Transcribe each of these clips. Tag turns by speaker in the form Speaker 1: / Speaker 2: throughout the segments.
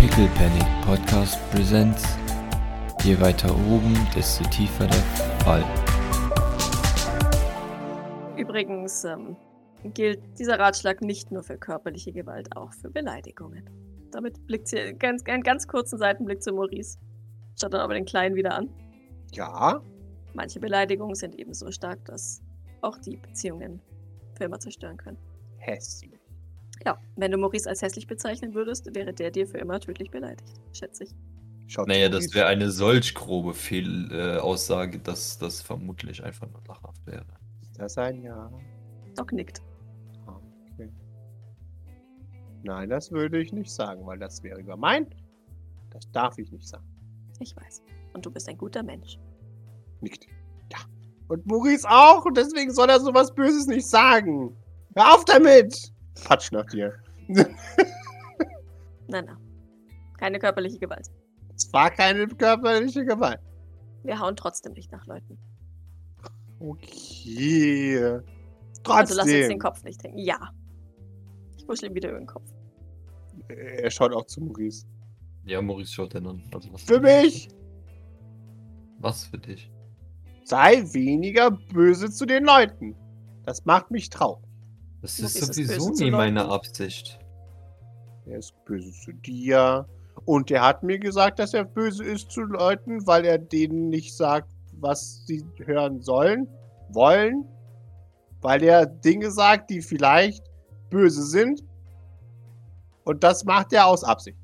Speaker 1: Little Panic Podcast Presents. Je weiter oben, desto tiefer der Fall.
Speaker 2: Übrigens ähm, gilt dieser Ratschlag nicht nur für körperliche Gewalt, auch für Beleidigungen. Damit blickt sie ganz, einen ganz kurzen Seitenblick zu Maurice, schaut dann aber den Kleinen wieder an.
Speaker 3: Ja,
Speaker 2: Manche Beleidigungen sind eben so stark, dass auch die Beziehungen für immer zerstören können.
Speaker 3: hässlich.
Speaker 2: Ja, wenn du Maurice als hässlich bezeichnen würdest, wäre der dir für immer tödlich beleidigt, schätze ich.
Speaker 3: Schaut
Speaker 4: Naja,
Speaker 3: Maurice-
Speaker 4: das wäre eine solch grobe Fehlaussage, äh, Aussage, dass das vermutlich einfach nur lachhaft wäre.
Speaker 3: Das ein Ja.
Speaker 2: Doc nickt.
Speaker 3: Ah, Okay. Nein, das würde ich nicht sagen, weil das wäre gemein. Das darf ich nicht sagen.
Speaker 2: Ich weiß. Und du bist ein guter Mensch.
Speaker 3: Nickt. Ja. Und Maurice auch, und deswegen soll er sowas Böses nicht sagen. Hör auf damit! Patsch nach dir.
Speaker 2: Nein, nein. Keine körperliche Gewalt.
Speaker 3: Es war keine körperliche Gewalt.
Speaker 2: Wir hauen trotzdem nicht nach Leuten.
Speaker 3: Okay.
Speaker 2: Also
Speaker 3: Trotzdem.
Speaker 2: lass uns den Kopf nicht hängen. Ja. Ich puschel ihm wieder über den Kopf.
Speaker 3: er schaut auch zu Maurice.
Speaker 4: Ja, Maurice schaut den an. Also was,
Speaker 3: Für mich,
Speaker 4: was für dich?
Speaker 3: sei weniger böse zu den Leuten. Das macht mich traurig.
Speaker 4: Das
Speaker 2: Maurice
Speaker 4: ist
Speaker 2: ist
Speaker 4: sowieso
Speaker 2: böse zu
Speaker 4: nie meine
Speaker 2: Leuten.
Speaker 4: Absicht.
Speaker 3: Er ist böse zu dir. Und er hat mir gesagt, dass er böse ist zu Leuten, weil er denen nicht sagt, was sie hören sollen, wollen. Weil er Dinge sagt, die vielleicht böse sind. Und das macht er aus Absicht.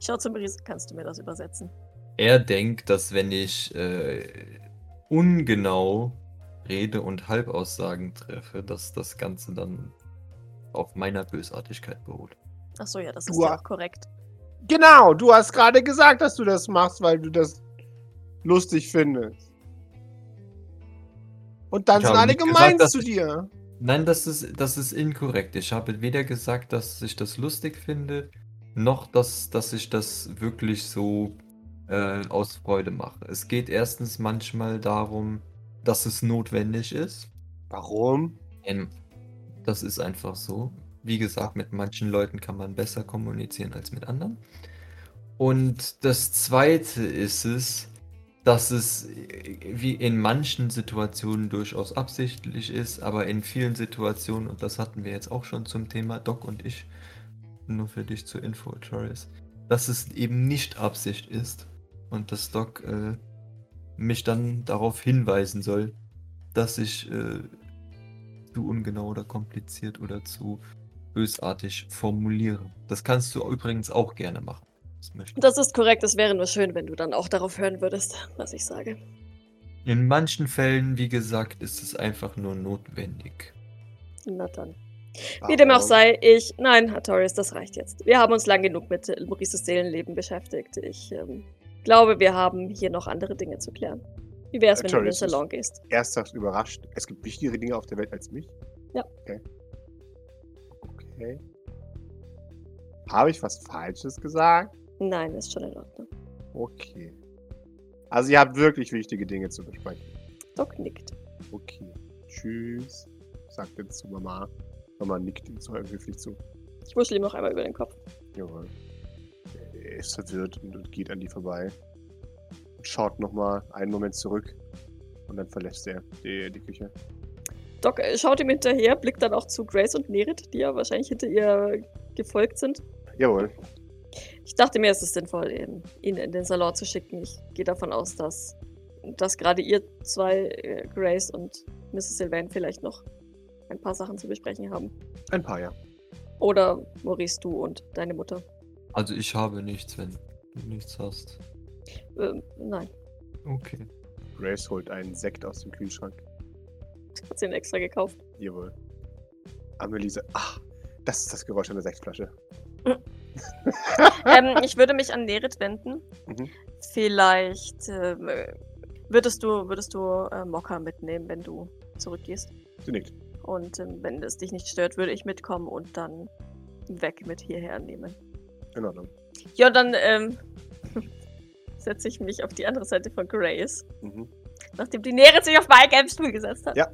Speaker 2: Ich schau zum Maurice, kannst du mir das übersetzen?
Speaker 4: Er denkt, dass wenn ich äh, ungenau rede und Halbaussagen treffe, dass das Ganze dann auf meiner Bösartigkeit beruht.
Speaker 2: Ach so, ja, das
Speaker 3: Du
Speaker 2: ist ja
Speaker 3: ha-
Speaker 2: auch korrekt.
Speaker 3: Genau, du hast gerade gesagt, dass du das machst, weil du das lustig findest. Und dann
Speaker 4: Ich
Speaker 3: sind
Speaker 4: habe
Speaker 3: alle
Speaker 4: nicht gesagt,
Speaker 3: gemein
Speaker 4: dass
Speaker 3: zu
Speaker 4: ich-
Speaker 3: dir.
Speaker 4: Nein, das ist, das ist inkorrekt. Ich habe weder gesagt, dass ich das lustig finde, noch dass, dass ich das wirklich so äh, aus Freude mache. Es geht erstens manchmal darum, dass es notwendig ist.
Speaker 3: Warum?
Speaker 4: Denn das ist einfach so. Wie gesagt, mit manchen Leuten kann man besser kommunizieren als mit anderen. Und das Zweite ist es, dass es äh, wie in manchen Situationen durchaus absichtlich ist, aber in vielen Situationen, und das hatten wir jetzt auch schon zum Thema Doc und ich, nur für dich zur Info, Travis, dass es eben nicht Absicht ist und dass Doc äh, mich dann darauf hinweisen soll, dass ich äh, zu ungenau oder kompliziert oder zu bösartig formuliere. Das kannst du übrigens auch gerne machen. Das möchte ich.
Speaker 2: Das ist korrekt. Es wäre nur schön, wenn du dann auch darauf hören würdest, was ich sage.
Speaker 4: In manchen Fällen, wie gesagt, ist es einfach nur notwendig.
Speaker 2: Na dann. Wie dem auch sei, ich. Nein, Hattorius, das reicht jetzt. Wir haben uns lang genug mit äh, Maurices Seelenleben beschäftigt. Ich ähm, glaube, wir haben hier noch andere Dinge zu klären. Wie wäre es, wenn du in den
Speaker 3: Hattorius ist-
Speaker 2: Salon gehst?
Speaker 3: ernsthaft überrascht. Es gibt wichtigere Dinge auf der Welt als mich?
Speaker 2: Ja.
Speaker 3: Okay. Okay. Habe ich was Falsches gesagt?
Speaker 2: Nein, ist schon in Ordnung.
Speaker 3: Okay. Also ihr habt wirklich wichtige Dinge zu besprechen.
Speaker 2: Doc nickt.
Speaker 3: Okay. Tschüss. Sagt jetzt zu Mama. Mama nickt ihm so höflich zu.
Speaker 2: Ich wuschel ihm noch einmal über den Kopf.
Speaker 3: Jawohl. Er ist verwirrt und, und geht an die vorbei. Und schaut nochmal einen Moment zurück. Und dann verlässt er die, die Küche.
Speaker 2: Doc äh, schaut ihm hinterher, blickt dann auch zu Grace und Nerit, die ja wahrscheinlich hinter ihr gefolgt sind.
Speaker 3: Jawohl.
Speaker 2: Ich dachte mir, es ist sinnvoll, eben, ihn in den Salon zu schicken. Ich gehe davon aus, dass, dass gerade ihr zwei, äh, Grace und Mrs. Sylvain, vielleicht noch ein paar Sachen zu besprechen haben.
Speaker 3: Ein paar, ja.
Speaker 2: Oder Maurice, du und deine Mutter.
Speaker 4: Also ich habe nichts, wenn du nichts hast.
Speaker 2: Ähm, nein,
Speaker 4: Okay.
Speaker 3: Grace holt einen Sekt aus dem Kühlschrank.
Speaker 2: hat sie ihn extra gekauft.
Speaker 3: Jawohl. Amelise. Ach, das ist das Geräusch einer Sektflasche.
Speaker 2: ähm, ich würde mich an Nerit wenden.
Speaker 3: Mhm.
Speaker 2: Vielleicht ähm, äh, würdest du, würdest du äh, Mokka mitnehmen, wenn du zurückgehst.
Speaker 3: Sie nickt.
Speaker 2: Und ähm, wenn es dich nicht stört, würde ich mitkommen und dann weg mit hierher nehmen.
Speaker 3: In Ordnung.
Speaker 2: Ja, dann ähm, setze ich mich auf die andere Seite von Grace,
Speaker 3: Mhm.
Speaker 2: nachdem die Nerit sich auf meinen gelben Stuhl gesetzt hat.
Speaker 3: Ja.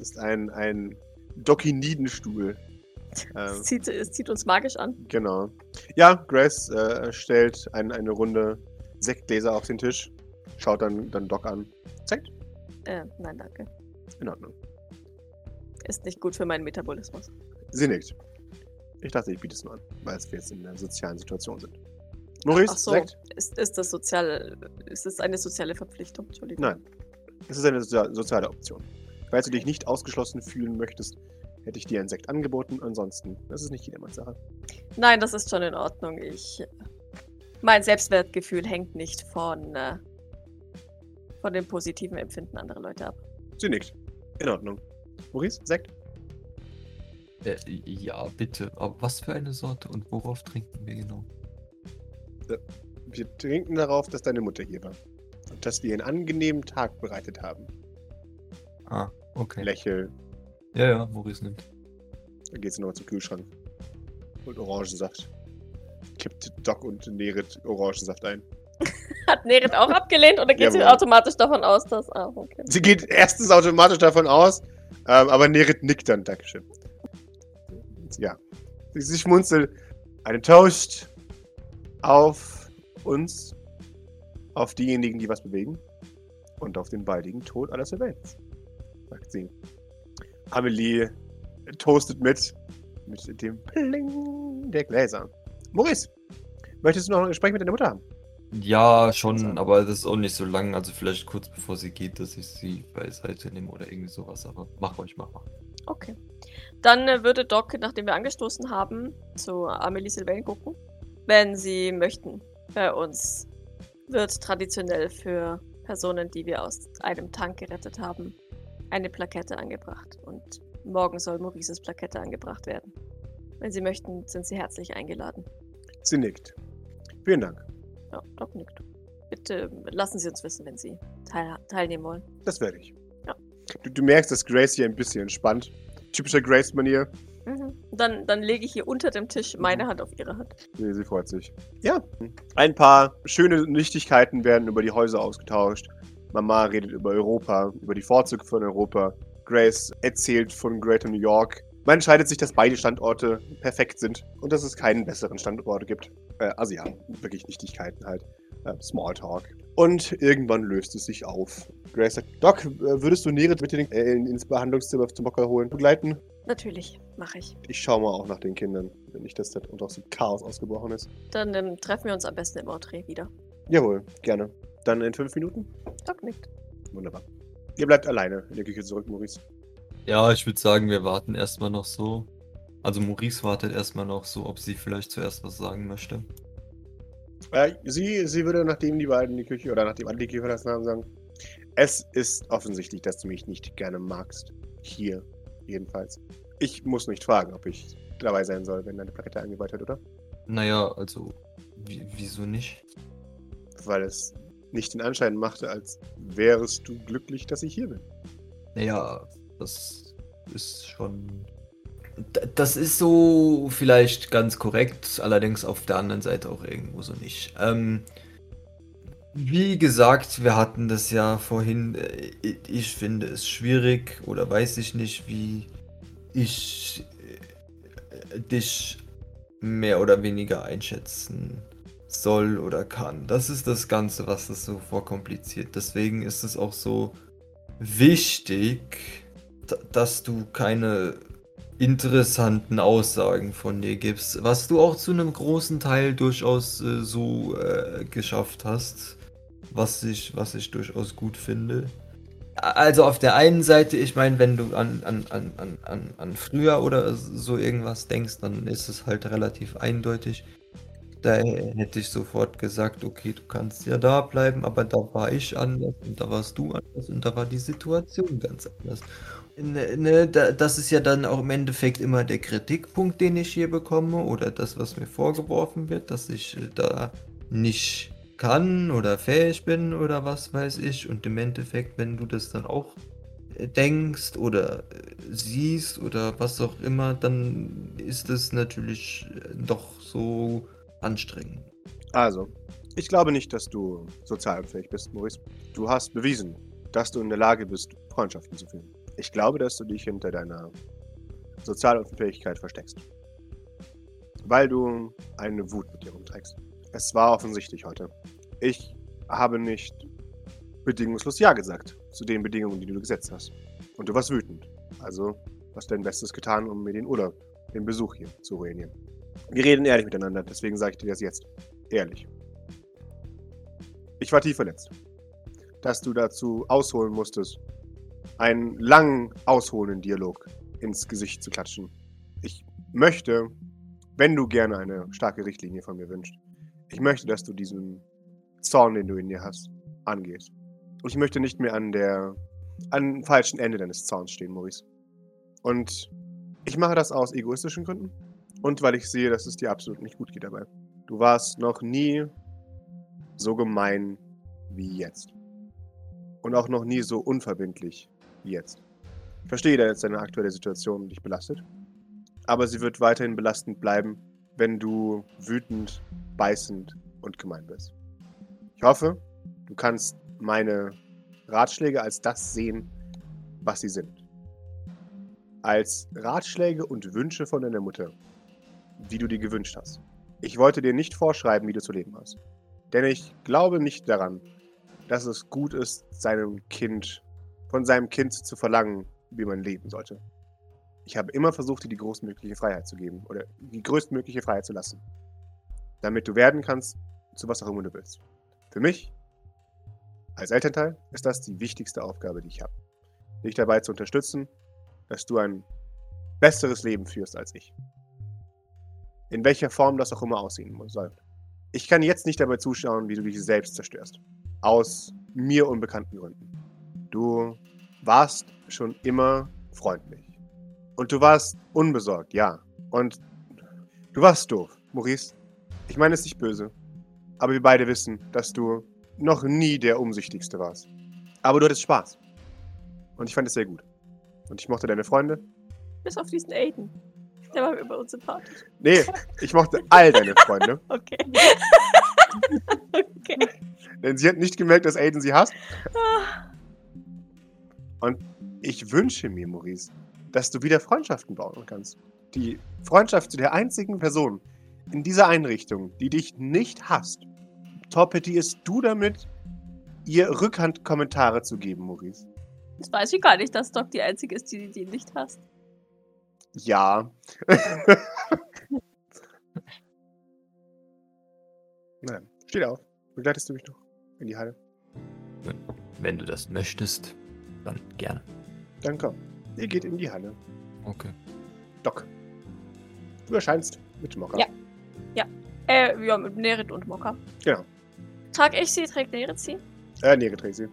Speaker 3: Ist ein, ein Dokinidenstuhl. Ähm,
Speaker 2: Es zieht, es zieht uns magisch an.
Speaker 3: Genau. Ja, Grace äh, stellt ein, eine runde Sektgläser auf den Tisch, schaut dann, dann Doc an.
Speaker 2: Äh, nein, danke.
Speaker 3: In Ordnung.
Speaker 2: Ist nicht gut für meinen Metabolismus.
Speaker 3: Sie nickt. Ich dachte, ich biete es nur an, weil wir jetzt in einer sozialen Situation sind. Maurice,
Speaker 2: Ach so,
Speaker 3: Sekt?
Speaker 2: ist, ist das soziale, ist das eine soziale Verpflichtung? Entschuldigung.
Speaker 3: Nein. Es ist eine sozia- soziale Option. Falls du dich nicht ausgeschlossen fühlen möchtest, hätte ich dir einen Sekt angeboten. Ansonsten, das ist nicht jedermanns Sache.
Speaker 2: Nein, das ist schon in Ordnung. Ich, mein Selbstwertgefühl hängt nicht von, äh, von dem positiven Empfinden anderer Leute ab.
Speaker 3: Sie nickt. In Ordnung. Maurice, Sekt?
Speaker 4: Äh, ja, bitte. Aber was für eine Sorte und worauf trinken wir genau?
Speaker 3: Wir trinken darauf, dass deine Mutter hier war. Und dass wir einen angenehmen Tag bereitet haben.
Speaker 4: Ah, okay.
Speaker 3: Lächel,
Speaker 4: Ja, ja, Maurice nimmt.
Speaker 3: Dann geht sie nochmal zum Kühlschrank. Holt Orangensaft. Kippt Doc und Neret Orangensaft ein.
Speaker 2: Hat Neret auch abgelehnt oder geht sie
Speaker 3: Jawohl.
Speaker 2: automatisch davon aus, dass. Ah, okay.
Speaker 3: Sie geht erstens automatisch davon aus, ähm, aber Neret nickt dann. Dankeschön. Ja. Sie, sie schmunzelt. Einen Toast auf uns, auf diejenigen, die was bewegen und auf den baldigen Tod aller Surveillance. Sagt sie. Amelie toastet mit, mit dem Pling der Gläser. Maurice, möchtest du noch ein Gespräch mit deiner Mutter haben?
Speaker 4: Ja, schon, aber das ist auch nicht so lang. Also vielleicht kurz bevor sie geht, dass ich sie beiseite nehme oder irgendwie sowas. Aber mach ruhig, mach mal.
Speaker 2: Okay. Dann äh, würde Doc, nachdem wir angestoßen haben, zu Amelie Sylvain gucken. Wenn Sie möchten, bei uns wird traditionell für Personen, die wir aus einem Tank gerettet haben, eine Plakette angebracht. Und morgen soll Maurices Plakette angebracht werden. Wenn Sie möchten, sind Sie herzlich eingeladen.
Speaker 3: Sie nickt. Vielen Dank.
Speaker 2: Ja, Doc nickt. Bitte lassen Sie uns wissen, wenn Sie teil teilnehmen wollen.
Speaker 3: Das werde ich.
Speaker 2: Ja.
Speaker 3: Du, du merkst, dass Grace hier ein bisschen entspannt. Typischer Grace-Manier.
Speaker 2: Mhm. Dann, dann lege ich hier unter dem Tisch meine Hand auf Ihre Hand.
Speaker 3: Sie, sie freut sich. Ja. Ein paar schöne Nichtigkeiten werden über die Häuser ausgetauscht. Mama redet über Europa, über die Vorzüge von Europa. Grace erzählt von Greater New York. Man entscheidet sich, dass beide Standorte perfekt sind und dass es keinen besseren Standort gibt. Äh, also ja, wirklich Nichtigkeiten halt. Äh, Smalltalk. Und irgendwann löst es sich auf. Grace sagt, Doc, äh, würdest du Neret bitte in, äh, ins Behandlungszimmer zum Bocker holen, begleiten?
Speaker 2: Natürlich, mache ich.
Speaker 3: Ich schaue mal auch nach den Kindern, wenn nicht, dass das unter auch so Chaos ausgebrochen ist.
Speaker 2: Dann ähm, treffen wir uns am besten im Entree wieder.
Speaker 3: Jawohl, gerne. Dann in fünf Minuten?
Speaker 2: Doc nickt.
Speaker 3: Wunderbar. Ihr bleibt alleine in der Küche zurück, Maurice.
Speaker 4: Ja, ich würde sagen, wir warten erstmal noch so. Also Maurice wartet erstmal noch so, ob sie vielleicht zuerst was sagen möchte.
Speaker 3: Äh, sie, sie würde, nachdem die beiden die Küche oder nachdem alle die Küche verlassen haben, sagen: Es ist offensichtlich, dass du mich nicht gerne magst. Hier, jedenfalls. Ich muss nicht fragen, ob ich dabei sein soll, wenn deine Plakette eingeweiht wird, oder?
Speaker 4: Naja, also, wie- wieso nicht?
Speaker 3: Weil es nicht den Anschein machte, als wärest du glücklich, dass ich hier bin.
Speaker 4: Naja, das ist schon. D- Das ist so vielleicht ganz korrekt, allerdings auf der anderen Seite auch irgendwo so nicht. Ähm, wie gesagt, wir hatten das ja vorhin. äh, i- Ich finde es schwierig oder weiß ich nicht, wie ich äh, dich mehr oder weniger einschätzen soll oder kann. Das ist das Ganze, was das so vorkompliziert. Deswegen ist es auch so wichtig, d- dass du keine interessanten Aussagen von dir gibst, was du auch zu einem großen Teil durchaus äh, so äh, geschafft hast, was ich, was ich durchaus gut finde. A- Also auf der einen Seite, ich meine, wenn du an, an, an, an- an, an früher oder so irgendwas denkst, dann ist es halt relativ eindeutig. Da hätte ich sofort gesagt, okay, du kannst ja da bleiben, aber da war ich anders und da warst du anders und da war die Situation ganz anders. Ne, ne, da, das ist ja dann auch im Endeffekt immer der Kritikpunkt, den ich hier bekomme oder das, was mir vorgeworfen wird, dass ich äh, da nicht kann oder fähig bin oder was weiß ich. Und im Endeffekt, wenn du das dann auch äh, denkst oder äh, siehst oder was auch immer, dann ist es natürlich äh, doch so anstrengend.
Speaker 3: Also, ich glaube nicht, dass du sozialfähig bist, Maurice. Du hast bewiesen, dass du in der Lage bist, Freundschaften zu führen. Ich glaube, dass du dich hinter deiner Sozialunfähigkeit versteckst. Weil du eine Wut mit dir rumträgst. Es war offensichtlich heute. Ich habe nicht bedingungslos Ja gesagt zu den Bedingungen, die du gesetzt hast. Und du warst wütend. Also hast dein Bestes getan, um mir den Urlaub, den Besuch hier zu ruinieren. Wir reden ehrlich miteinander, deswegen sage ich dir das jetzt. Ehrlich. Ich war tief verletzt, dass du dazu ausholen musstest, einen langen ausholenden Dialog ins Gesicht zu klatschen. Ich möchte, wenn du gerne eine starke Richtlinie von mir wünschst, ich möchte, dass du diesen Zorn, den du in dir hast, angehst. Und ich möchte nicht mehr an der an falschen Ende deines Zorns stehen, Maurice. Und ich mache das aus egoistischen Gründen und weil ich sehe, dass es dir absolut nicht gut geht dabei. Du warst noch nie so gemein wie jetzt. Und auch noch nie so unverbindlich wie jetzt. Ich verstehe da jetzt deine aktuelle Situation und dich belastet. Aber sie wird weiterhin belastend bleiben, wenn du wütend, beißend und gemein bist. Ich hoffe, du kannst meine Ratschläge als das sehen, was sie sind. Als Ratschläge und Wünsche von deiner Mutter, die du dir gewünscht hast. Ich wollte dir nicht vorschreiben, wie du zu leben hast. Denn ich glaube nicht daran, dass es gut ist, seinem Kind, von seinem Kind zu verlangen, wie man leben sollte. Ich habe immer versucht, dir die großmögliche Freiheit zu geben oder die größtmögliche Freiheit zu lassen, damit du werden kannst, zu was auch immer du willst. Für mich, als Elternteil, ist das die wichtigste Aufgabe, die ich habe. Dich dabei zu unterstützen, dass du ein besseres Leben führst als ich. In welcher Form das auch immer aussehen muss- soll. Ich kann jetzt nicht dabei zuschauen, wie du dich selbst zerstörst. Aus mir unbekannten Gründen. Du warst schon immer freundlich. Und du warst unbesorgt, ja. Und du warst doof, Maurice. Ich meine es nicht böse. Aber wir beide wissen, dass du noch nie der Umsichtigste warst. Aber du hattest Spaß. Und ich fand es sehr gut. Und ich mochte deine Freunde.
Speaker 2: Bis auf diesen Aiden. Der war mir immer unsympathisch.
Speaker 3: Nee, ich mochte all deine Freunde.
Speaker 2: Okay. okay.
Speaker 3: Denn sie hat nicht gemerkt, dass Aiden sie hasst.
Speaker 2: Ah,
Speaker 3: Ich wünsche mir, Maurice, dass du wieder Freundschaften bauen kannst. Die Freundschaft zu der einzigen Person in dieser Einrichtung, die dich nicht hasst, torpedierst du damit, ihr Rückhandkommentare zu geben, Maurice.
Speaker 2: Das weiß ich gar nicht, dass Doc die einzige ist, die die nicht hasst.
Speaker 3: Ja. Nein, steht auf. Begleitest du mich noch in die Halle?
Speaker 4: Wenn du das möchtest, dann gerne.
Speaker 3: Dann komm. Ihr geht in die Halle.
Speaker 1: Okay.
Speaker 3: Doc. Du erscheinst mit Mokka.
Speaker 2: Ja. Äh, ja, mit Nerit und Mokka.
Speaker 3: Genau.
Speaker 2: Trag ich sie, trägt Nerit sie?
Speaker 3: Äh, nee, Getresi.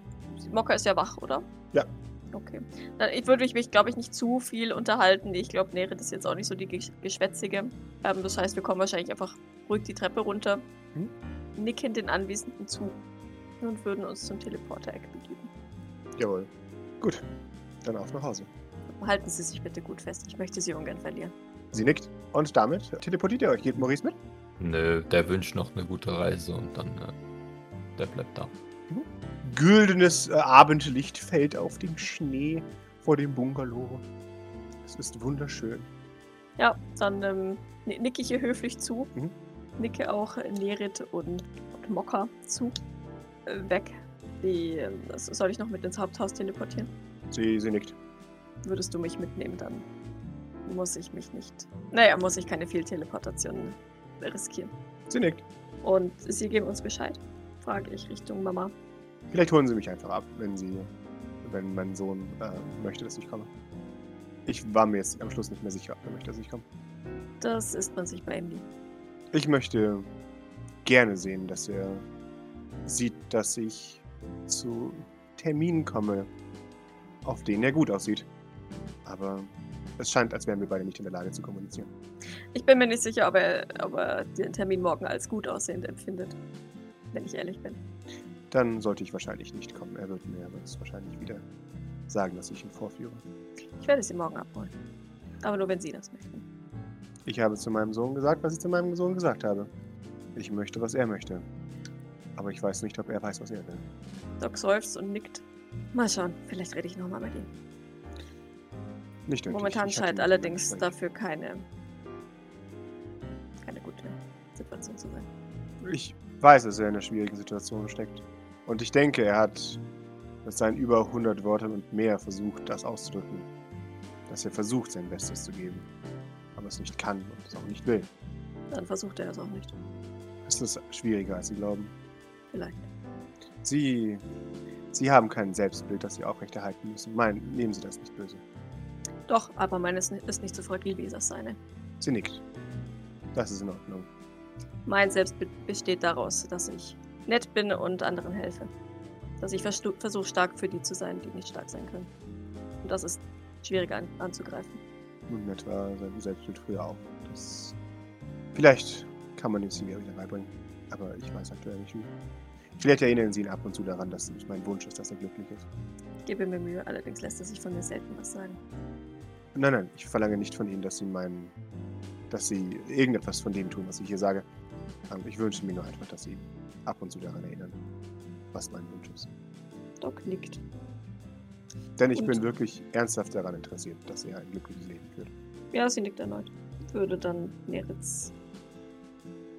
Speaker 2: Mokka ist ja wach, oder?
Speaker 3: Ja.
Speaker 2: Okay. Dann ich würde mich, glaube ich, nicht zu viel unterhalten. Ich glaube, Nerit ist jetzt auch nicht so die Gesch- Geschwätzige. Ähm, das heißt, wir kommen wahrscheinlich einfach ruhig die Treppe runter,
Speaker 3: Mhm.
Speaker 2: nicken den Anwesenden zu und würden uns zum Teleporter-Eck begeben.
Speaker 3: Jawohl. Gut. Dann auf nach Hause.
Speaker 2: Halten Sie sich bitte gut fest. Ich möchte Sie ungern verlieren.
Speaker 3: Sie nickt. Und damit teleportiert ihr euch. Geht Maurice mit?
Speaker 4: Nö, der wünscht noch eine gute Reise und dann, äh, der bleibt da.
Speaker 3: Güldenes äh, Abendlicht fällt auf den Schnee vor dem Bungalow. Es ist wunderschön.
Speaker 2: Ja, dann ähm, ni- nicke ich ihr höflich zu.
Speaker 3: Mhm.
Speaker 2: Nicke auch Nerit und, und Mokka zu. Äh, weg. Die, ähm, das soll ich noch mit ins Haupthaus teleportieren?
Speaker 3: Sie, sie nickt.
Speaker 2: Würdest du mich mitnehmen, dann muss ich mich nicht. Naja, muss ich keine Fehlteleportation riskieren.
Speaker 3: Sie nickt.
Speaker 2: Und sie geben uns Bescheid. Frage ich Richtung Mama.
Speaker 3: Vielleicht holen sie mich einfach ab, wenn sie, wenn mein Sohn äh, möchte, dass ich komme. Ich war mir jetzt am Schluss nicht mehr sicher, ob er möchte, dass ich komme.
Speaker 2: Das ist man sich bei ihm lieb.
Speaker 3: Ich möchte gerne sehen, dass er sieht, dass ich zu Terminen komme, auf denen er gut aussieht. Aber es scheint, als wären wir beide nicht in der Lage zu kommunizieren.
Speaker 2: Ich bin mir nicht sicher, ob er, ob er den Termin morgen als gut aussehend empfindet. Wenn ich ehrlich bin.
Speaker 3: Dann sollte ich wahrscheinlich nicht kommen. Er wird mir aber jetzt wahrscheinlich wieder sagen, dass ich ihn vorführe.
Speaker 2: Ich werde sie morgen abholen. Aber nur, wenn sie das möchten.
Speaker 3: Ich habe zu meinem Sohn gesagt, was ich zu meinem Sohn gesagt habe. Ich möchte, was er möchte. Aber ich weiß nicht, ob er weiß, was er will.
Speaker 2: Doc seufzt und nickt. Mal schauen, vielleicht rede ich nochmal mit ihm.
Speaker 3: Nicht nötig.
Speaker 2: Momentan
Speaker 3: Ich hatte
Speaker 2: scheint
Speaker 3: mit
Speaker 2: allerdings
Speaker 3: jemandem
Speaker 2: dafür keine, keine gute Situation zu sein.
Speaker 3: Ich weiß, dass er in einer schwierigen Situation steckt. Und ich denke, er hat mit seinen über 100 Worten und mehr versucht, das auszudrücken. Dass er versucht, sein Bestes zu geben. Aber es nicht kann und es auch nicht will.
Speaker 2: Dann versucht er es auch nicht.
Speaker 3: Es ist schwieriger, als Sie glauben.
Speaker 2: Vielleicht.
Speaker 3: Sie, Sie haben kein Selbstbild, das Sie aufrechterhalten müssen. Nein, nehmen Sie das nicht böse.
Speaker 2: Doch, aber meines ni- ist nicht so fragil wie das seine.
Speaker 3: Sie nickt. Das ist in Ordnung.
Speaker 2: Mein Selbstbild besteht daraus, dass ich nett bin und anderen helfe. Dass ich versuche, stark für die zu sein, die nicht stark sein können. Und das ist schwieriger an anzugreifen.
Speaker 3: Und nett war sein Selbstbild früher auch. Das Vielleicht kann man ihm sie wieder beibringen. Aber ich weiß aktuell nicht wie. Vielleicht erinnern Sie ihn ab und zu daran, dass es mein Wunsch ist, dass er glücklich ist.
Speaker 2: Ich gebe mir Mühe, allerdings lässt er sich von mir selten was sagen.
Speaker 3: Nein, nein, ich verlange nicht von Ihnen, dass Sie meinen, dass Sie irgendetwas von dem tun, was ich hier sage. Ähm, Ich wünsche mir nur einfach, dass Sie ihn ab und zu daran erinnern, was mein Wunsch ist.
Speaker 2: Doc nickt.
Speaker 3: Denn ich
Speaker 2: Und-
Speaker 3: bin wirklich ernsthaft daran interessiert, dass er ein glückliches Leben führt.
Speaker 2: Ja, sie nickt erneut. Würde dann Neritz,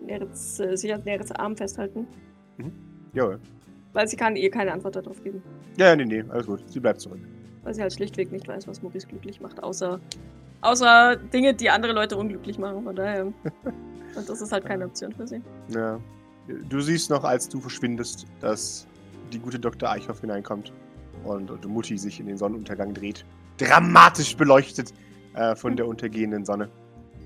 Speaker 2: Neritz äh, sich an Neritz Arm festhalten,
Speaker 3: Jawohl.
Speaker 2: weil sie kann ihr keine Antwort darauf geben,
Speaker 3: Ja, ja, nee, nee, alles gut. Sie bleibt zurück.
Speaker 2: weil sie halt schlichtweg nicht weiß, was Maurice glücklich macht, außer, außer Dinge, die andere Leute unglücklich machen. Von daher. Und das ist halt keine Option für sie.
Speaker 3: Ja. Du siehst noch, als du verschwindest, dass die gute Dr. Eichhoff hineinkommt und, und Mutti sich in den Sonnenuntergang dreht. Dramatisch beleuchtet äh, von der untergehenden Sonne.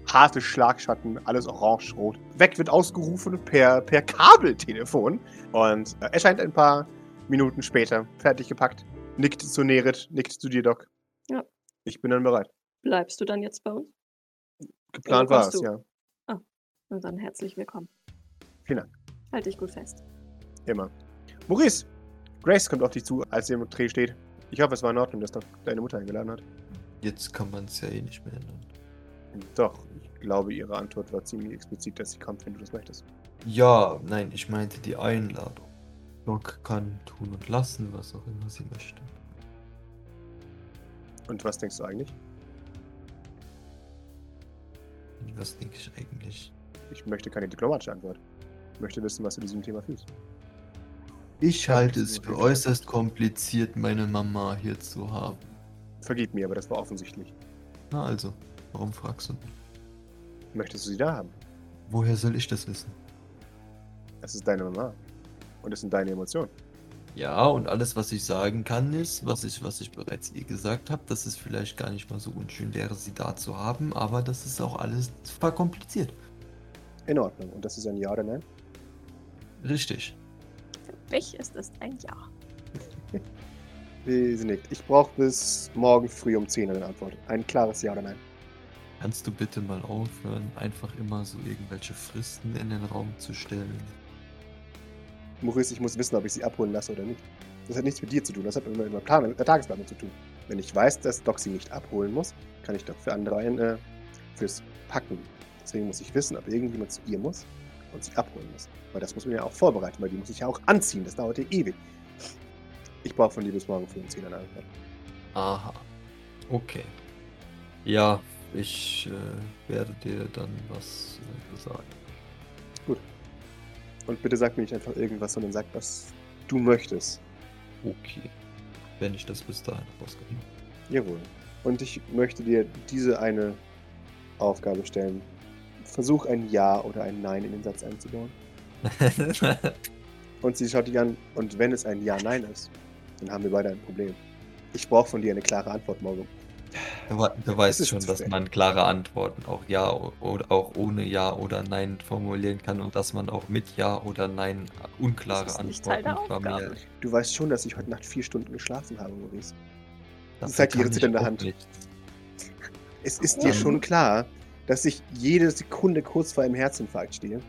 Speaker 3: Harte Schlagschatten, alles orange-rot. Weg wird ausgerufen per, per Kabeltelefon. Und äh, erscheint ein paar Minuten später, fertig gepackt. Nickt zu Nerit, nickt zu dir, Doc.
Speaker 2: Ja.
Speaker 3: Ich bin dann bereit.
Speaker 2: Bleibst du dann jetzt bei uns?
Speaker 3: Geplant
Speaker 2: Oder
Speaker 3: war
Speaker 2: kommst
Speaker 3: es,
Speaker 2: du?
Speaker 3: ja.
Speaker 2: Und dann herzlich willkommen.
Speaker 3: Vielen Dank.
Speaker 2: Halt dich gut fest.
Speaker 3: Immer. Maurice! Grace kommt auf dich zu, als sie im Dreh steht. Ich hoffe, es war in Ordnung, dass doch deine Mutter eingeladen hat.
Speaker 4: Jetzt kann man es ja eh nicht mehr ändern.
Speaker 3: Doch, ich glaube, ihre Antwort war ziemlich explizit, dass sie kommt, wenn du das möchtest.
Speaker 4: Ja, nein, ich meinte die Einladung. Doc kann tun und lassen, was auch immer sie möchte.
Speaker 3: Und was denkst du eigentlich?
Speaker 4: Was denke ich eigentlich?
Speaker 3: Ich möchte keine diplomatische Antwort. Ich möchte wissen, was du diesem Thema fühlst.
Speaker 4: Ich
Speaker 3: Ja,
Speaker 4: halte
Speaker 3: das
Speaker 4: es
Speaker 3: ist
Speaker 4: für
Speaker 3: natürlich-
Speaker 4: äußerst kompliziert, meine Mama hier zu haben.
Speaker 3: Vergib mir, aber das war offensichtlich.
Speaker 4: Na also, warum fragst du? mich?
Speaker 3: Möchtest du sie da haben?
Speaker 4: Woher soll ich das wissen?
Speaker 3: Es ist deine Mama. Und es sind deine Emotionen.
Speaker 4: Ja, und alles, was ich sagen kann, ist, was ich, was ich bereits ihr gesagt habe, dass es vielleicht gar nicht mal so unschön wäre, sie da zu haben, aber das ist auch alles verkompliziert.
Speaker 3: In Ordnung. Und das ist ein Ja oder Nein?
Speaker 4: Richtig.
Speaker 2: Für mich ist das ein Ja.
Speaker 3: Sie sie nickt. Ich brauche bis morgen früh um 10 Uhr eine Antwort. Ein klares Ja oder Nein.
Speaker 4: Kannst du bitte mal aufhören, einfach immer so irgendwelche Fristen in den Raum zu stellen?
Speaker 3: Maurice, ich muss wissen, ob ich sie abholen lasse oder nicht. Das hat nichts mit dir zu tun, das hat mit meiner Plan mit der Tagesplanung zu tun. Wenn ich weiß, dass Doc sie nicht abholen muss, kann ich Doc für andere ein, äh, fürs Packen. Deswegen muss ich wissen, ob irgendjemand zu ihr muss und sie abholen muss. Weil das muss man ja auch vorbereiten, weil die muss ich ja auch anziehen, das dauert ja ewig. Ich brauche von dir bis morgen früh um 10 Uhr eine Antwort.
Speaker 4: Aha. Okay. Ja, ich äh, werde dir dann was äh, sagen.
Speaker 3: Und bitte sag mir nicht einfach irgendwas, sondern sag, was du möchtest.
Speaker 4: Okay. Wenn ich das bis dahin rausgefunden habe.
Speaker 3: Jawohl. Und ich möchte dir diese eine Aufgabe stellen. Versuch ein Ja oder ein Nein in den Satz einzubauen. Und sie schaut dich an. Und wenn es ein Ja-Nein ist, dann haben wir beide ein Problem. Ich brauche von dir eine klare Antwort morgen.
Speaker 4: Du, wa- du
Speaker 3: Das
Speaker 4: weißt
Speaker 3: ist
Speaker 4: schon, dass
Speaker 3: fair.
Speaker 4: man klare Antworten auch ja o- oder auch ohne ja oder nein formulieren kann und dass man auch mit ja oder nein unklare
Speaker 2: Das ist nicht Teil
Speaker 4: Antworten
Speaker 2: der Aufgabe.
Speaker 4: vermehrt.
Speaker 3: Du weißt schon, dass ich heute Nacht vier Stunden geschlafen habe, Maurice.
Speaker 4: Dafür
Speaker 3: zeigt ihre
Speaker 4: kann ich
Speaker 3: zitternde
Speaker 4: auch
Speaker 3: Hand.
Speaker 4: nichts.
Speaker 3: Es ist
Speaker 4: Ja.
Speaker 3: dir schon klar, dass ich jede Sekunde kurz vor einem Herzinfarkt stehe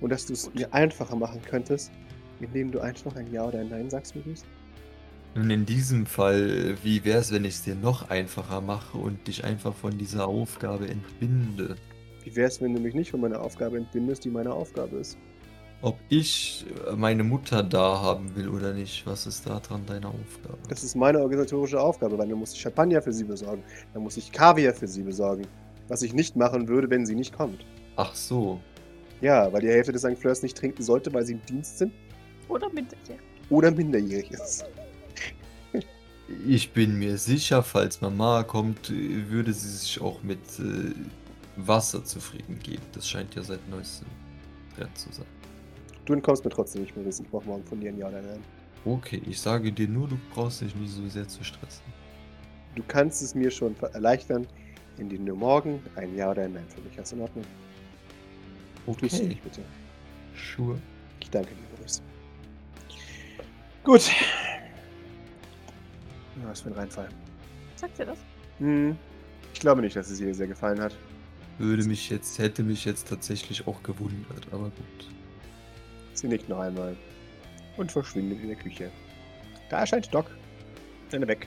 Speaker 3: und dass du es mir einfacher machen könntest, indem du einfach ein Ja oder ein Nein sagst, Maurice.
Speaker 4: Nun in diesem Fall, wie wäre es, wenn ich es dir noch einfacher mache und dich einfach von dieser Aufgabe entbinde?
Speaker 3: Wie wäre es, wenn du mich nicht von meiner Aufgabe entbindest, die meine Aufgabe ist?
Speaker 4: ob ich meine Mutter da haben will oder nicht. Was ist da dran deine Aufgabe?
Speaker 3: Das ist meine organisatorische Aufgabe, weil dann muss ich Champagner für sie besorgen. Dann muss ich Kaviar für sie besorgen. Was ich nicht machen würde, wenn sie nicht kommt.
Speaker 4: Ach so.
Speaker 3: Ja, weil die Hälfte des St. Fleurs nicht trinken sollte, weil sie im Dienst sind
Speaker 2: Oder mit dir.
Speaker 3: oder minderjährig ist.
Speaker 4: Ich bin mir sicher, falls Mama kommt, äh, würde sie sich auch mit äh, Wasser zufrieden geben. Das scheint ja seit neuestem Trend zu sein.
Speaker 3: Du entkommst mir trotzdem nicht mehr wissen. Ich brauche morgen von dir ein Ja oder Nein.
Speaker 4: Okay, ich sage dir nur, du brauchst dich nicht so sehr zu stressen.
Speaker 3: Du kannst es mir schon ver- erleichtern, indem du morgen ein Ja oder ein Nein für mich hast. In Ordnung. Grüß
Speaker 4: Okay,
Speaker 3: dich bitte.
Speaker 4: sure.
Speaker 3: Ich danke dir, Boris. Gut. Na, Was für ein Reinfall.
Speaker 2: Sagt ihr das?
Speaker 3: Hm. Ich glaube nicht, dass es ihr sehr gefallen hat.
Speaker 4: Würde mich jetzt, hätte mich jetzt tatsächlich auch gewundert, aber gut.
Speaker 3: Sie nickt noch einmal und verschwindet in der Küche. Da erscheint Doc. Nein, weg.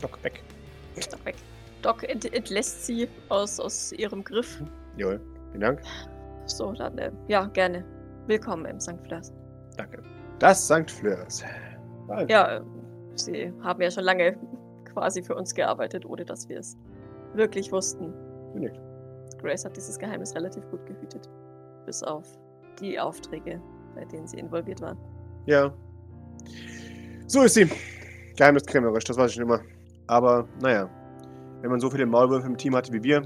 Speaker 3: Doc, weg.
Speaker 2: Ist doch weg. Doc ent entlässt sie aus, aus ihrem Griff.
Speaker 3: Jawohl. Vielen Dank.
Speaker 2: So, dann, äh, ja, gerne. Willkommen im St. Flörs.
Speaker 3: Danke. Das St. Fleurs. Ah,
Speaker 2: Ja, äh, sie haben ja schon lange quasi für uns gearbeitet, ohne dass wir es wirklich wussten.
Speaker 3: sie nickt.
Speaker 2: Grace hat dieses Geheimnis relativ gut gehütet. Bis auf die Aufträge, bei denen sie involviert waren.
Speaker 3: Ja. So ist sie. Geheimniskrämerisch, das weiß ich schon immer. Aber naja, wenn man so viele Maulwürfe im Team hatte wie wir,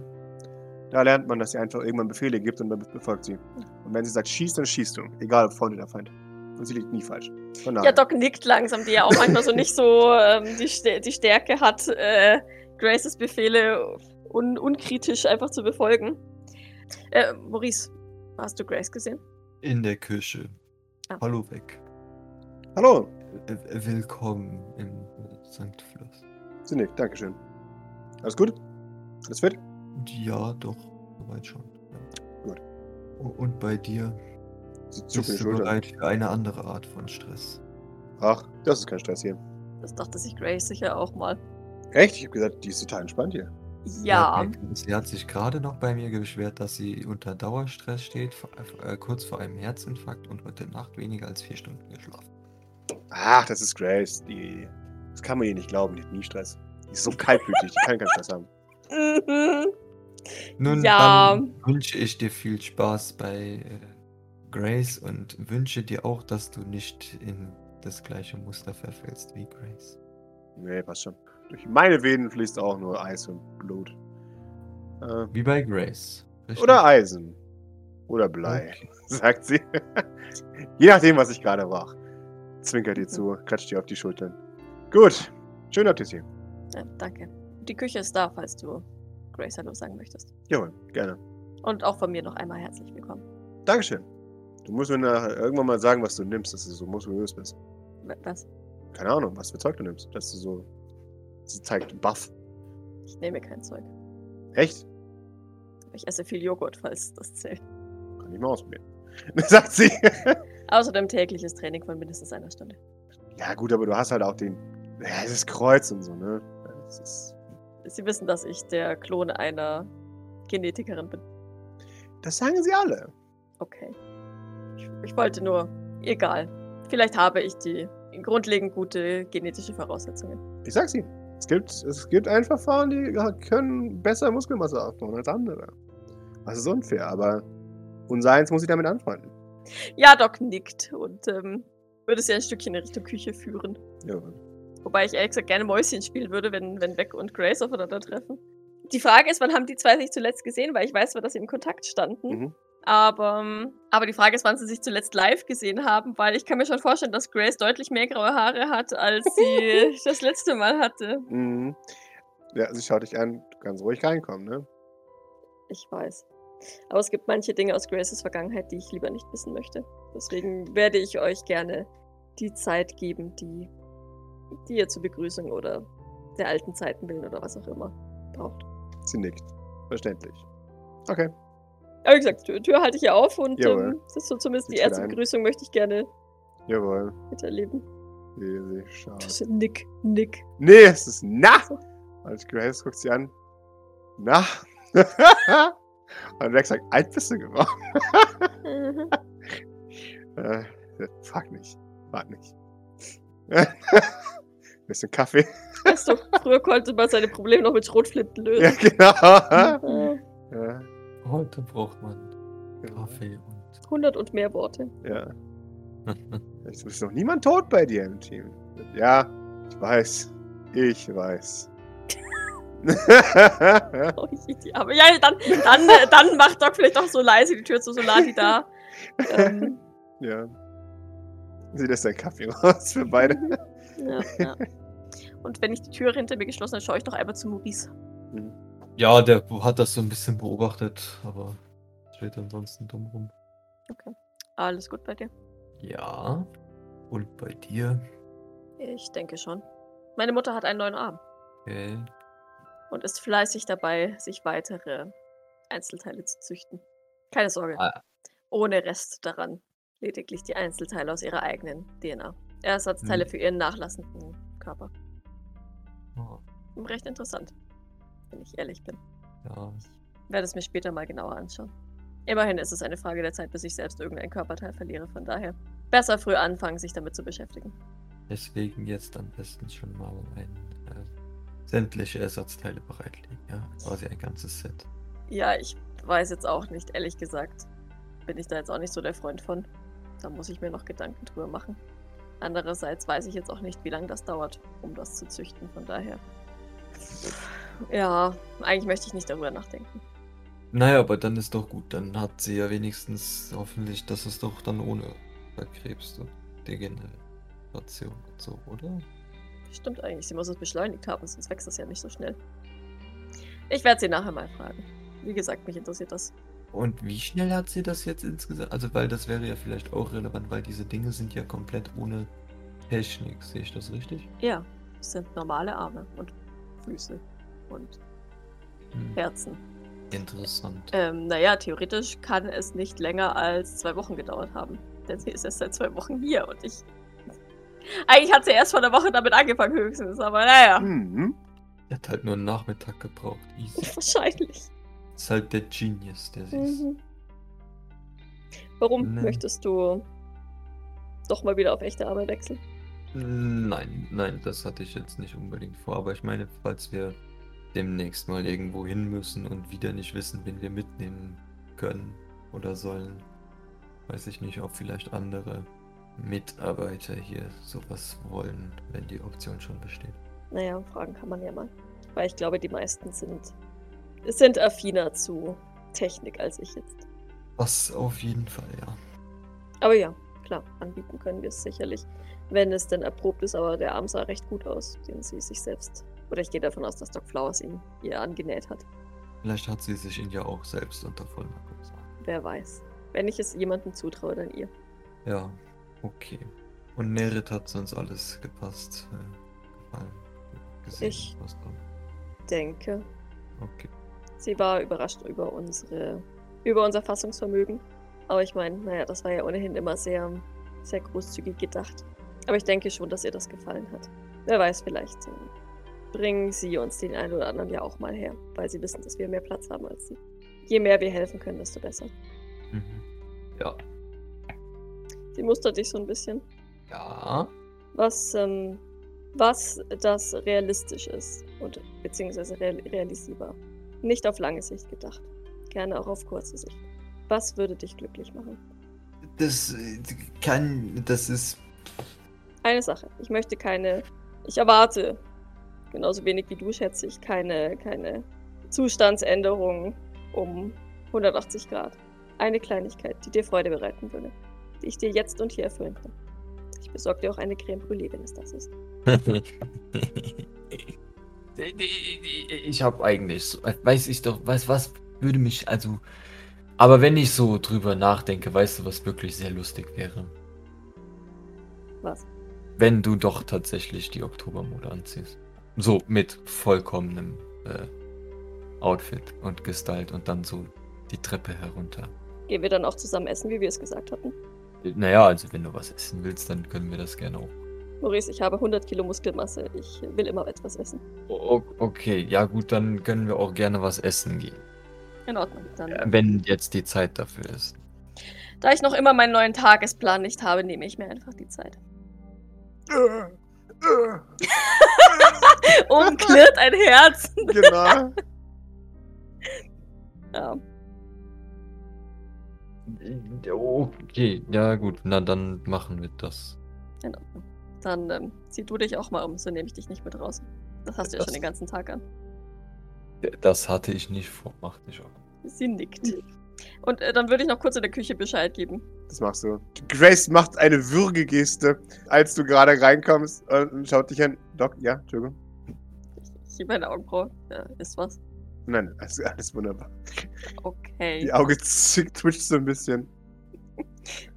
Speaker 3: da lernt man, dass sie einfach irgendwann Befehle gibt und man be- befolgt sie. Und wenn sie sagt, schieß, dann schießt du. Egal, ob Freund oder Feind. Und sie liegt nie falsch. Von
Speaker 2: Ja,
Speaker 3: daher.
Speaker 2: Doc nickt langsam, die ja auch manchmal so nicht so ähm, die, Stä- die Stärke hat, äh, Graces Befehle un unkritisch einfach zu befolgen. Äh, Maurice, hast du Grace gesehen?
Speaker 4: In der Küche.
Speaker 2: Ah.
Speaker 4: Hallo weg.
Speaker 3: Hallo.
Speaker 4: Äh, Willkommen im äh, St. Floss.
Speaker 3: Sie nickt, Dankeschön. Alles gut? Alles fit?
Speaker 4: Ja, doch, soweit schon. Ja.
Speaker 3: Gut.
Speaker 4: U- Und bei dir
Speaker 3: Sie zuckt die
Speaker 4: bist du
Speaker 3: Schulter.
Speaker 4: bereit für eine andere Art von Stress.
Speaker 3: Ach, das ist kein Stress hier.
Speaker 2: Das dachte sich Grace sicher auch mal.
Speaker 3: Echt? Ich habe gesagt, die ist total entspannt hier.
Speaker 2: Ja,
Speaker 4: Merkt man, Sie hat sich gerade noch bei mir beschwert, dass sie unter Dauerstress steht, vor- äh, kurz vor einem Herzinfarkt und heute Nacht weniger als vier Stunden geschlafen.
Speaker 3: Ach, das ist Grace. Die, das kann man ihr nicht glauben. Die hat nie Stress. Die ist so kaltblütig. Die kann keinen Stress haben.
Speaker 2: mhm.
Speaker 4: Nun,
Speaker 2: Ja.
Speaker 4: dann wünsche ich dir viel Spaß bei äh, Grace und wünsche dir auch, dass du nicht in das gleiche Muster verfällst wie Grace.
Speaker 3: Nee, passt schon. Durch meine Venen fließt auch nur Eis und Blut. Äh,
Speaker 4: Wie bei Grace. richtig?
Speaker 3: oder Eisen. Oder Blei,
Speaker 4: Okay.
Speaker 3: sagt sie. Je nachdem, was ich gerade war. Zwinkert ihr zu, klatscht ihr auf die Schultern. Gut. Schön habt ihr hier.
Speaker 2: ja, danke. Die Küche ist da, falls du Grace Hallo sagen möchtest.
Speaker 3: Jawohl, gerne.
Speaker 2: Und auch von mir noch einmal herzlich willkommen.
Speaker 3: Dankeschön. Du musst mir nachher irgendwann mal sagen, was du nimmst, dass du so muskulös bist.
Speaker 2: W- Was?
Speaker 3: Keine Ahnung, was für Zeug du nimmst. Dass du so. Sie zeigt Buff.
Speaker 2: Ich nehme kein Zeug.
Speaker 3: Echt?
Speaker 2: Ich esse viel Joghurt, falls das zählt.
Speaker 3: Kann ich mal ausprobieren. Sagt sie.
Speaker 2: Außerdem tägliches Training von mindestens einer Stunde.
Speaker 3: Ja, gut, aber du hast halt auch den. Ja, das Kreuz und so, ne? Das ist,
Speaker 2: Sie wissen, dass ich der Klon einer Genetikerin bin.
Speaker 3: das sagen sie alle.
Speaker 2: Okay. Ich, ich wollte nur. Egal. Vielleicht habe ich die grundlegend gute genetische Voraussetzungen.
Speaker 3: Ich sag's ihnen. Es gibt, es gibt ein Verfahren, die können besser Muskelmasse aufbauen als andere. Das ist unfair, aber unser Eins muss sich damit anfreunden.
Speaker 2: Ja, Doc nickt und ähm, würde sie ein Stückchen in Richtung Küche führen.
Speaker 3: Ja.
Speaker 2: Wobei ich ehrlich gesagt gerne Mäuschen spielen würde, wenn, wenn Beck und Grace aufeinandertreffen. Die Frage ist, wann haben die zwei sich zuletzt gesehen? Weil ich weiß, zwar, dass sie im Kontakt standen.
Speaker 3: Mhm.
Speaker 2: Aber, ähm, aber die Frage ist, wann sie sich zuletzt live gesehen haben, weil ich kann mir schon vorstellen, dass Grace deutlich mehr graue Haare hat, als sie das letzte Mal hatte.
Speaker 3: Mhm. Ja, sie schaut dich an. Du kannst ruhig reinkommen, ne?
Speaker 2: Ich weiß. Aber es gibt manche Dinge aus Graces Vergangenheit, die ich lieber nicht wissen möchte. Deswegen werde ich euch gerne die Zeit geben, die, die ihr zur Begrüßung oder der alten Zeiten willen oder was auch immer braucht.
Speaker 3: Sie nickt. Verständlich. Okay.
Speaker 2: Aber wie gesagt, Tür, Tür halte ich ja auf und
Speaker 3: Jawohl.
Speaker 2: ähm, das ist so zumindest die
Speaker 3: Sieht wieder
Speaker 2: erste
Speaker 3: ein.
Speaker 2: Begrüßung möchte ich gerne
Speaker 3: Jawohl.
Speaker 2: miterleben.
Speaker 3: Sie, sie schaut.
Speaker 2: Nick, Nick.
Speaker 3: Nee, es ist na. Also, Und Grace guckt sie an. Na. Und Rex sagt, alt bist du geworden.
Speaker 2: Mhm.
Speaker 3: Äh, frag nicht. Frag nicht. Bisschen Kaffee.
Speaker 2: Weißt du, früher konnte man seine Probleme noch mit Schrotflinten
Speaker 3: Ja,
Speaker 2: lösen.
Speaker 3: genau.
Speaker 2: Äh,
Speaker 3: Ja,
Speaker 4: Heute braucht man
Speaker 3: genau.
Speaker 4: Kaffee
Speaker 2: 100 und mehr Worte.
Speaker 3: Ja.
Speaker 4: und.
Speaker 3: Es ist noch niemand tot bei dir im Team. Ja, ich weiß. Ich weiß.
Speaker 2: Oh, ich, die Arme. Ja, dann, dann, äh, dann macht Doc vielleicht auch so leise die Tür zu Solati da. Ähm,
Speaker 3: ja. Sieht das dein Kaffee raus für beide?
Speaker 2: ja, ja. Und wenn ich die Tür hinter mir geschlossen habe, schaue ich noch einmal zu Maurice.
Speaker 4: ja, der hat das so ein bisschen beobachtet, aber steht ansonsten dumm rum.
Speaker 2: Alles gut bei dir?
Speaker 4: Ja. Und bei dir?
Speaker 2: Ich denke schon. Meine Mutter hat einen neuen Arm
Speaker 4: Okay.
Speaker 2: und ist fleißig dabei, sich weitere Einzelteile zu züchten. Keine Sorge.
Speaker 4: Ah.
Speaker 2: Ohne Rest daran. Lediglich die Einzelteile aus ihrer eigenen DNA. Ersatzteile
Speaker 4: Hm.
Speaker 2: für ihren nachlassenden Körper.
Speaker 4: Ah,
Speaker 2: Recht interessant, wenn ich ehrlich bin.
Speaker 4: Ja.
Speaker 2: werde es mir später mal genauer anschauen. Immerhin ist es eine Frage der Zeit, bis ich selbst irgendein Körperteil verliere, von daher besser früh anfangen, sich damit zu beschäftigen.
Speaker 4: Deswegen jetzt am besten schon mal ein, äh, sämtliche Ersatzteile bereitlegen, ja. Quasi ein ganzes Set.
Speaker 2: Ja, ich weiß jetzt auch nicht, ehrlich gesagt, bin ich da jetzt auch nicht so der Freund von. Da muss ich mir noch Gedanken drüber machen. Andererseits weiß ich jetzt auch nicht, wie lange das dauert, um das zu züchten, von daher. Ja, eigentlich möchte ich nicht darüber nachdenken.
Speaker 4: Naja, aber dann ist doch gut. Dann hat sie ja wenigstens hoffentlich, dass es doch dann ohne Krebs und Degeneration und so, oder?
Speaker 2: Stimmt eigentlich, sie muss es beschleunigt haben, sonst wächst das ja nicht so schnell. Ich werde sie nachher mal fragen. Wie gesagt, mich interessiert das
Speaker 4: Und wie schnell hat sie das jetzt insgesamt? Also, weil das wäre ja vielleicht auch relevant, weil diese Dinge sind ja komplett ohne Technik. Sehe ich das richtig?
Speaker 2: Ja, es sind normale Arme und Füße und
Speaker 4: Hm,
Speaker 2: Herzen.
Speaker 4: Interessant.
Speaker 2: Ähm, naja, theoretisch kann es nicht länger als zwei Wochen gedauert haben. Denn sie ist erst seit zwei Wochen hier und ich. Eigentlich hat sie erst vor der Woche damit angefangen, höchstens, aber naja.
Speaker 3: Mhm.
Speaker 4: Er hat halt nur einen Nachmittag gebraucht. Easy.
Speaker 2: Wahrscheinlich.
Speaker 4: ist halt der Genius, der sie ist.
Speaker 2: Mhm. Warum
Speaker 4: Nee.
Speaker 2: möchtest du doch mal wieder auf echte Arbeit wechseln?
Speaker 4: Nein, nein, das hatte ich jetzt nicht unbedingt vor. Aber ich meine, falls wir demnächst mal irgendwo hin müssen und wieder nicht wissen, wen wir mitnehmen können oder sollen, weiß ich nicht, ob vielleicht andere Mitarbeiter hier sowas wollen, wenn die Option schon besteht.
Speaker 2: Naja, fragen kann man ja mal. Weil ich glaube, die meisten sind, sind affiner zu Technik als ich jetzt.
Speaker 4: Was auf jeden Fall, ja.
Speaker 2: Aber ja, klar, anbieten können wir es sicherlich, wenn es denn erprobt ist. Aber der Arm sah recht gut aus, den sie sich selbst. Oder ich gehe davon aus, dass Doc Flowers ihn ihr angenäht hat.
Speaker 4: Vielleicht hat sie sich ihn ja auch selbst unter Vollmacht gesagt.
Speaker 2: Wer weiß. Wenn ich es jemandem zutraue, dann ihr.
Speaker 4: Ja, okay. Und Nerit hat sonst alles gepasst, äh, gefallen, gesehen,
Speaker 2: Ich-
Speaker 4: was da.
Speaker 2: Denke.
Speaker 4: Okay.
Speaker 2: Sie war überrascht über unsere, über unser Fassungsvermögen. Aber ich meine, naja, das war ja ohnehin immer sehr, sehr großzügig gedacht. Aber ich denke schon, dass ihr das gefallen hat. Wer weiß, vielleicht ähm, bringen sie uns den einen oder anderen ja auch mal her, weil sie wissen, dass wir mehr Platz haben als sie. Je mehr wir helfen können, desto besser.
Speaker 4: Mhm. Ja,
Speaker 2: Sie mustert dich so ein bisschen.
Speaker 4: Ja.
Speaker 2: was, ähm, was das realistisch ist und beziehungsweise real realisierbar. Nicht auf lange Sicht gedacht. Gerne auch auf kurze Sicht. Was würde dich glücklich machen?
Speaker 4: Das äh, kann. Das ist.
Speaker 2: Eine Sache. Ich möchte keine. Ich erwarte, genauso wenig wie du schätze ich, keine, keine Zustandsänderung um 180 Grad. Eine Kleinigkeit, die dir Freude bereiten würde. Die ich dir jetzt und hier erfüllen kann. Ich besorge dir auch eine Creme Brûlée, wenn es das ist.
Speaker 1: Ich habe eigentlich, so- weiß ich doch, was, was würde mich, also, aber wenn ich so drüber nachdenke, weißt du, was wirklich sehr lustig wäre?
Speaker 2: Was?
Speaker 1: Wenn du doch tatsächlich die Oktobermode anziehst. So mit vollkommenem äh, Outfit und Gestalt und dann so die Treppe herunter.
Speaker 2: Gehen wir dann auch zusammen essen, wie wir es gesagt hatten?
Speaker 1: Naja, also wenn du was essen willst, dann können wir das gerne auch.
Speaker 2: Maurice, ich habe 100 Kilo Muskelmasse. Ich will immer etwas essen.
Speaker 1: O- Okay, ja gut, dann können wir auch gerne was essen gehen.
Speaker 2: In Ordnung. Dann,
Speaker 1: Wenn jetzt die Zeit dafür ist.
Speaker 2: Da ich noch immer meinen neuen Tagesplan nicht habe, nehme ich mir einfach die Zeit.
Speaker 3: Äh, äh,
Speaker 2: Oben klirrt ein Herz.
Speaker 3: genau.
Speaker 2: Ja.
Speaker 1: Äh, Okay, ja gut, na dann machen wir das.
Speaker 2: In Ordnung. Dann ähm, zieh du dich auch mal um, so nehme ich dich nicht mit raus. Das hast du ja
Speaker 1: Das-
Speaker 2: schon den ganzen Tag an.
Speaker 1: Das hatte ich nicht vor, macht nicht auch.
Speaker 2: Sie nickt. Und äh, dann würde ich noch kurz in der Küche Bescheid geben.
Speaker 3: Das machst du. Grace macht eine Würgegeste, als du gerade reinkommst äh, und schaut dich an. Doc, ja, Entschuldigung.
Speaker 2: Ich, ich heb meine Augenbraue. Ja, ist was?
Speaker 3: Nein, alles, alles wunderbar.
Speaker 2: Okay.
Speaker 3: Die Auge zick, twitcht so ein bisschen.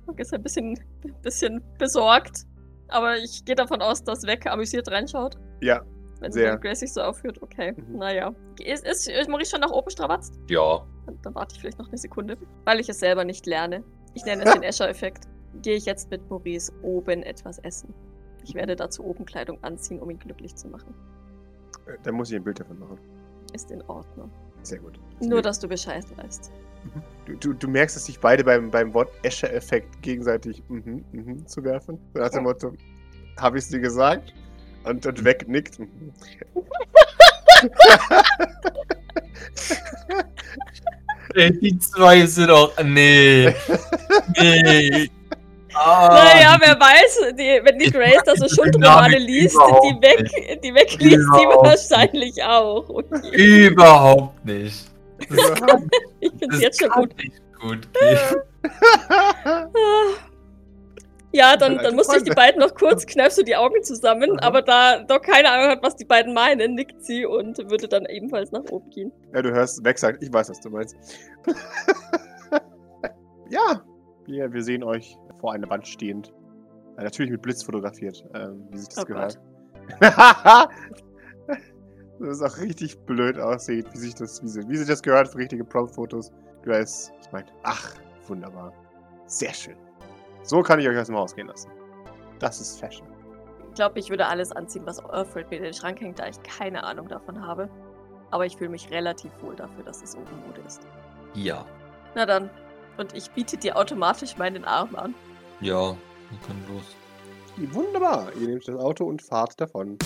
Speaker 2: Doc Ist ein bisschen, bisschen besorgt. Aber ich gehe davon aus, dass Weg amüsiert reinschaut.
Speaker 3: Ja.
Speaker 2: Wenn
Speaker 3: Sehr.
Speaker 2: Sehr. Grace sich so aufführt. Okay,
Speaker 3: Mhm.
Speaker 2: naja. Ist, ist, ist Maurice schon nach oben strapatzt?
Speaker 1: Ja.
Speaker 2: Dann, dann warte ich vielleicht noch eine Sekunde, weil ich es selber nicht lerne. Ich nenne es den Escher-Effekt. Gehe ich jetzt mit Maurice oben etwas essen. Ich werde dazu oben Kleidung anziehen, um ihn glücklich zu machen.
Speaker 3: Äh, Dann muss ich ein Bild davon machen.
Speaker 2: Ist in Ordnung.
Speaker 3: Sehr gut.
Speaker 2: Nur, dass du Bescheid weißt.
Speaker 3: Du, du, du merkst, dass sich beide beim, beim Wort Escher-Effekt gegenseitig mhm, mhm zu werfen. So nach dem Motto, habe ich es dir gesagt? Und, und wegnickt. Mhm.
Speaker 1: Die zwei sind auch. Nee. Nee. Ah,
Speaker 4: Ähm,
Speaker 2: Naja, wer weiß, die, wenn die
Speaker 1: Ich
Speaker 2: Grace da so
Speaker 1: diese
Speaker 2: Schundromane
Speaker 1: Dynamik
Speaker 2: liest, die
Speaker 1: überhaupt
Speaker 2: weg, die weg liest, die
Speaker 1: Überhaupt
Speaker 2: wahrscheinlich auch. Okay.
Speaker 1: Überhaupt nicht.
Speaker 2: Ich finde es jetzt schon
Speaker 1: kann
Speaker 2: gut.
Speaker 1: nicht gut gehen.
Speaker 2: Ah. Ja, dann,
Speaker 3: Alte
Speaker 2: dann musste ich die
Speaker 3: Freunde.
Speaker 2: beiden noch kurz, kneifst du die Augen zusammen,
Speaker 3: Aha.
Speaker 2: aber da doch keine Ahnung hat, was die beiden meinen, nickt sie und würde dann ebenfalls nach oben gehen.
Speaker 3: Ja, du hörst weg sagt, ich weiß, was du meinst. ja, wir, wir sehen euch vor einer Wand stehend. Äh, Natürlich mit Blitz fotografiert, ähm, wie sich das
Speaker 2: Oh
Speaker 3: gehört.
Speaker 2: Gott.
Speaker 3: das ist auch richtig blöd aussieht, wie sich das, wie, sie- wie sich das gehört für richtige Prompt-Fotos. Du weißt, ich meine, ach, wunderbar. Sehr schön. So kann ich euch aus dem Haus gehen lassen. Das ist Fashion.
Speaker 2: Ich glaube, ich würde alles anziehen, was Earthred mir in den Schrank hängt, da ich keine Ahnung davon habe. Aber ich fühle mich relativ wohl dafür, dass es oben Mode ist.
Speaker 4: Ja.
Speaker 2: Na dann. Und ich biete dir automatisch meinen Arm an.
Speaker 1: Ja, wir können los.
Speaker 3: Wunderbar. Ihr nehmt das Auto und fahrt davon.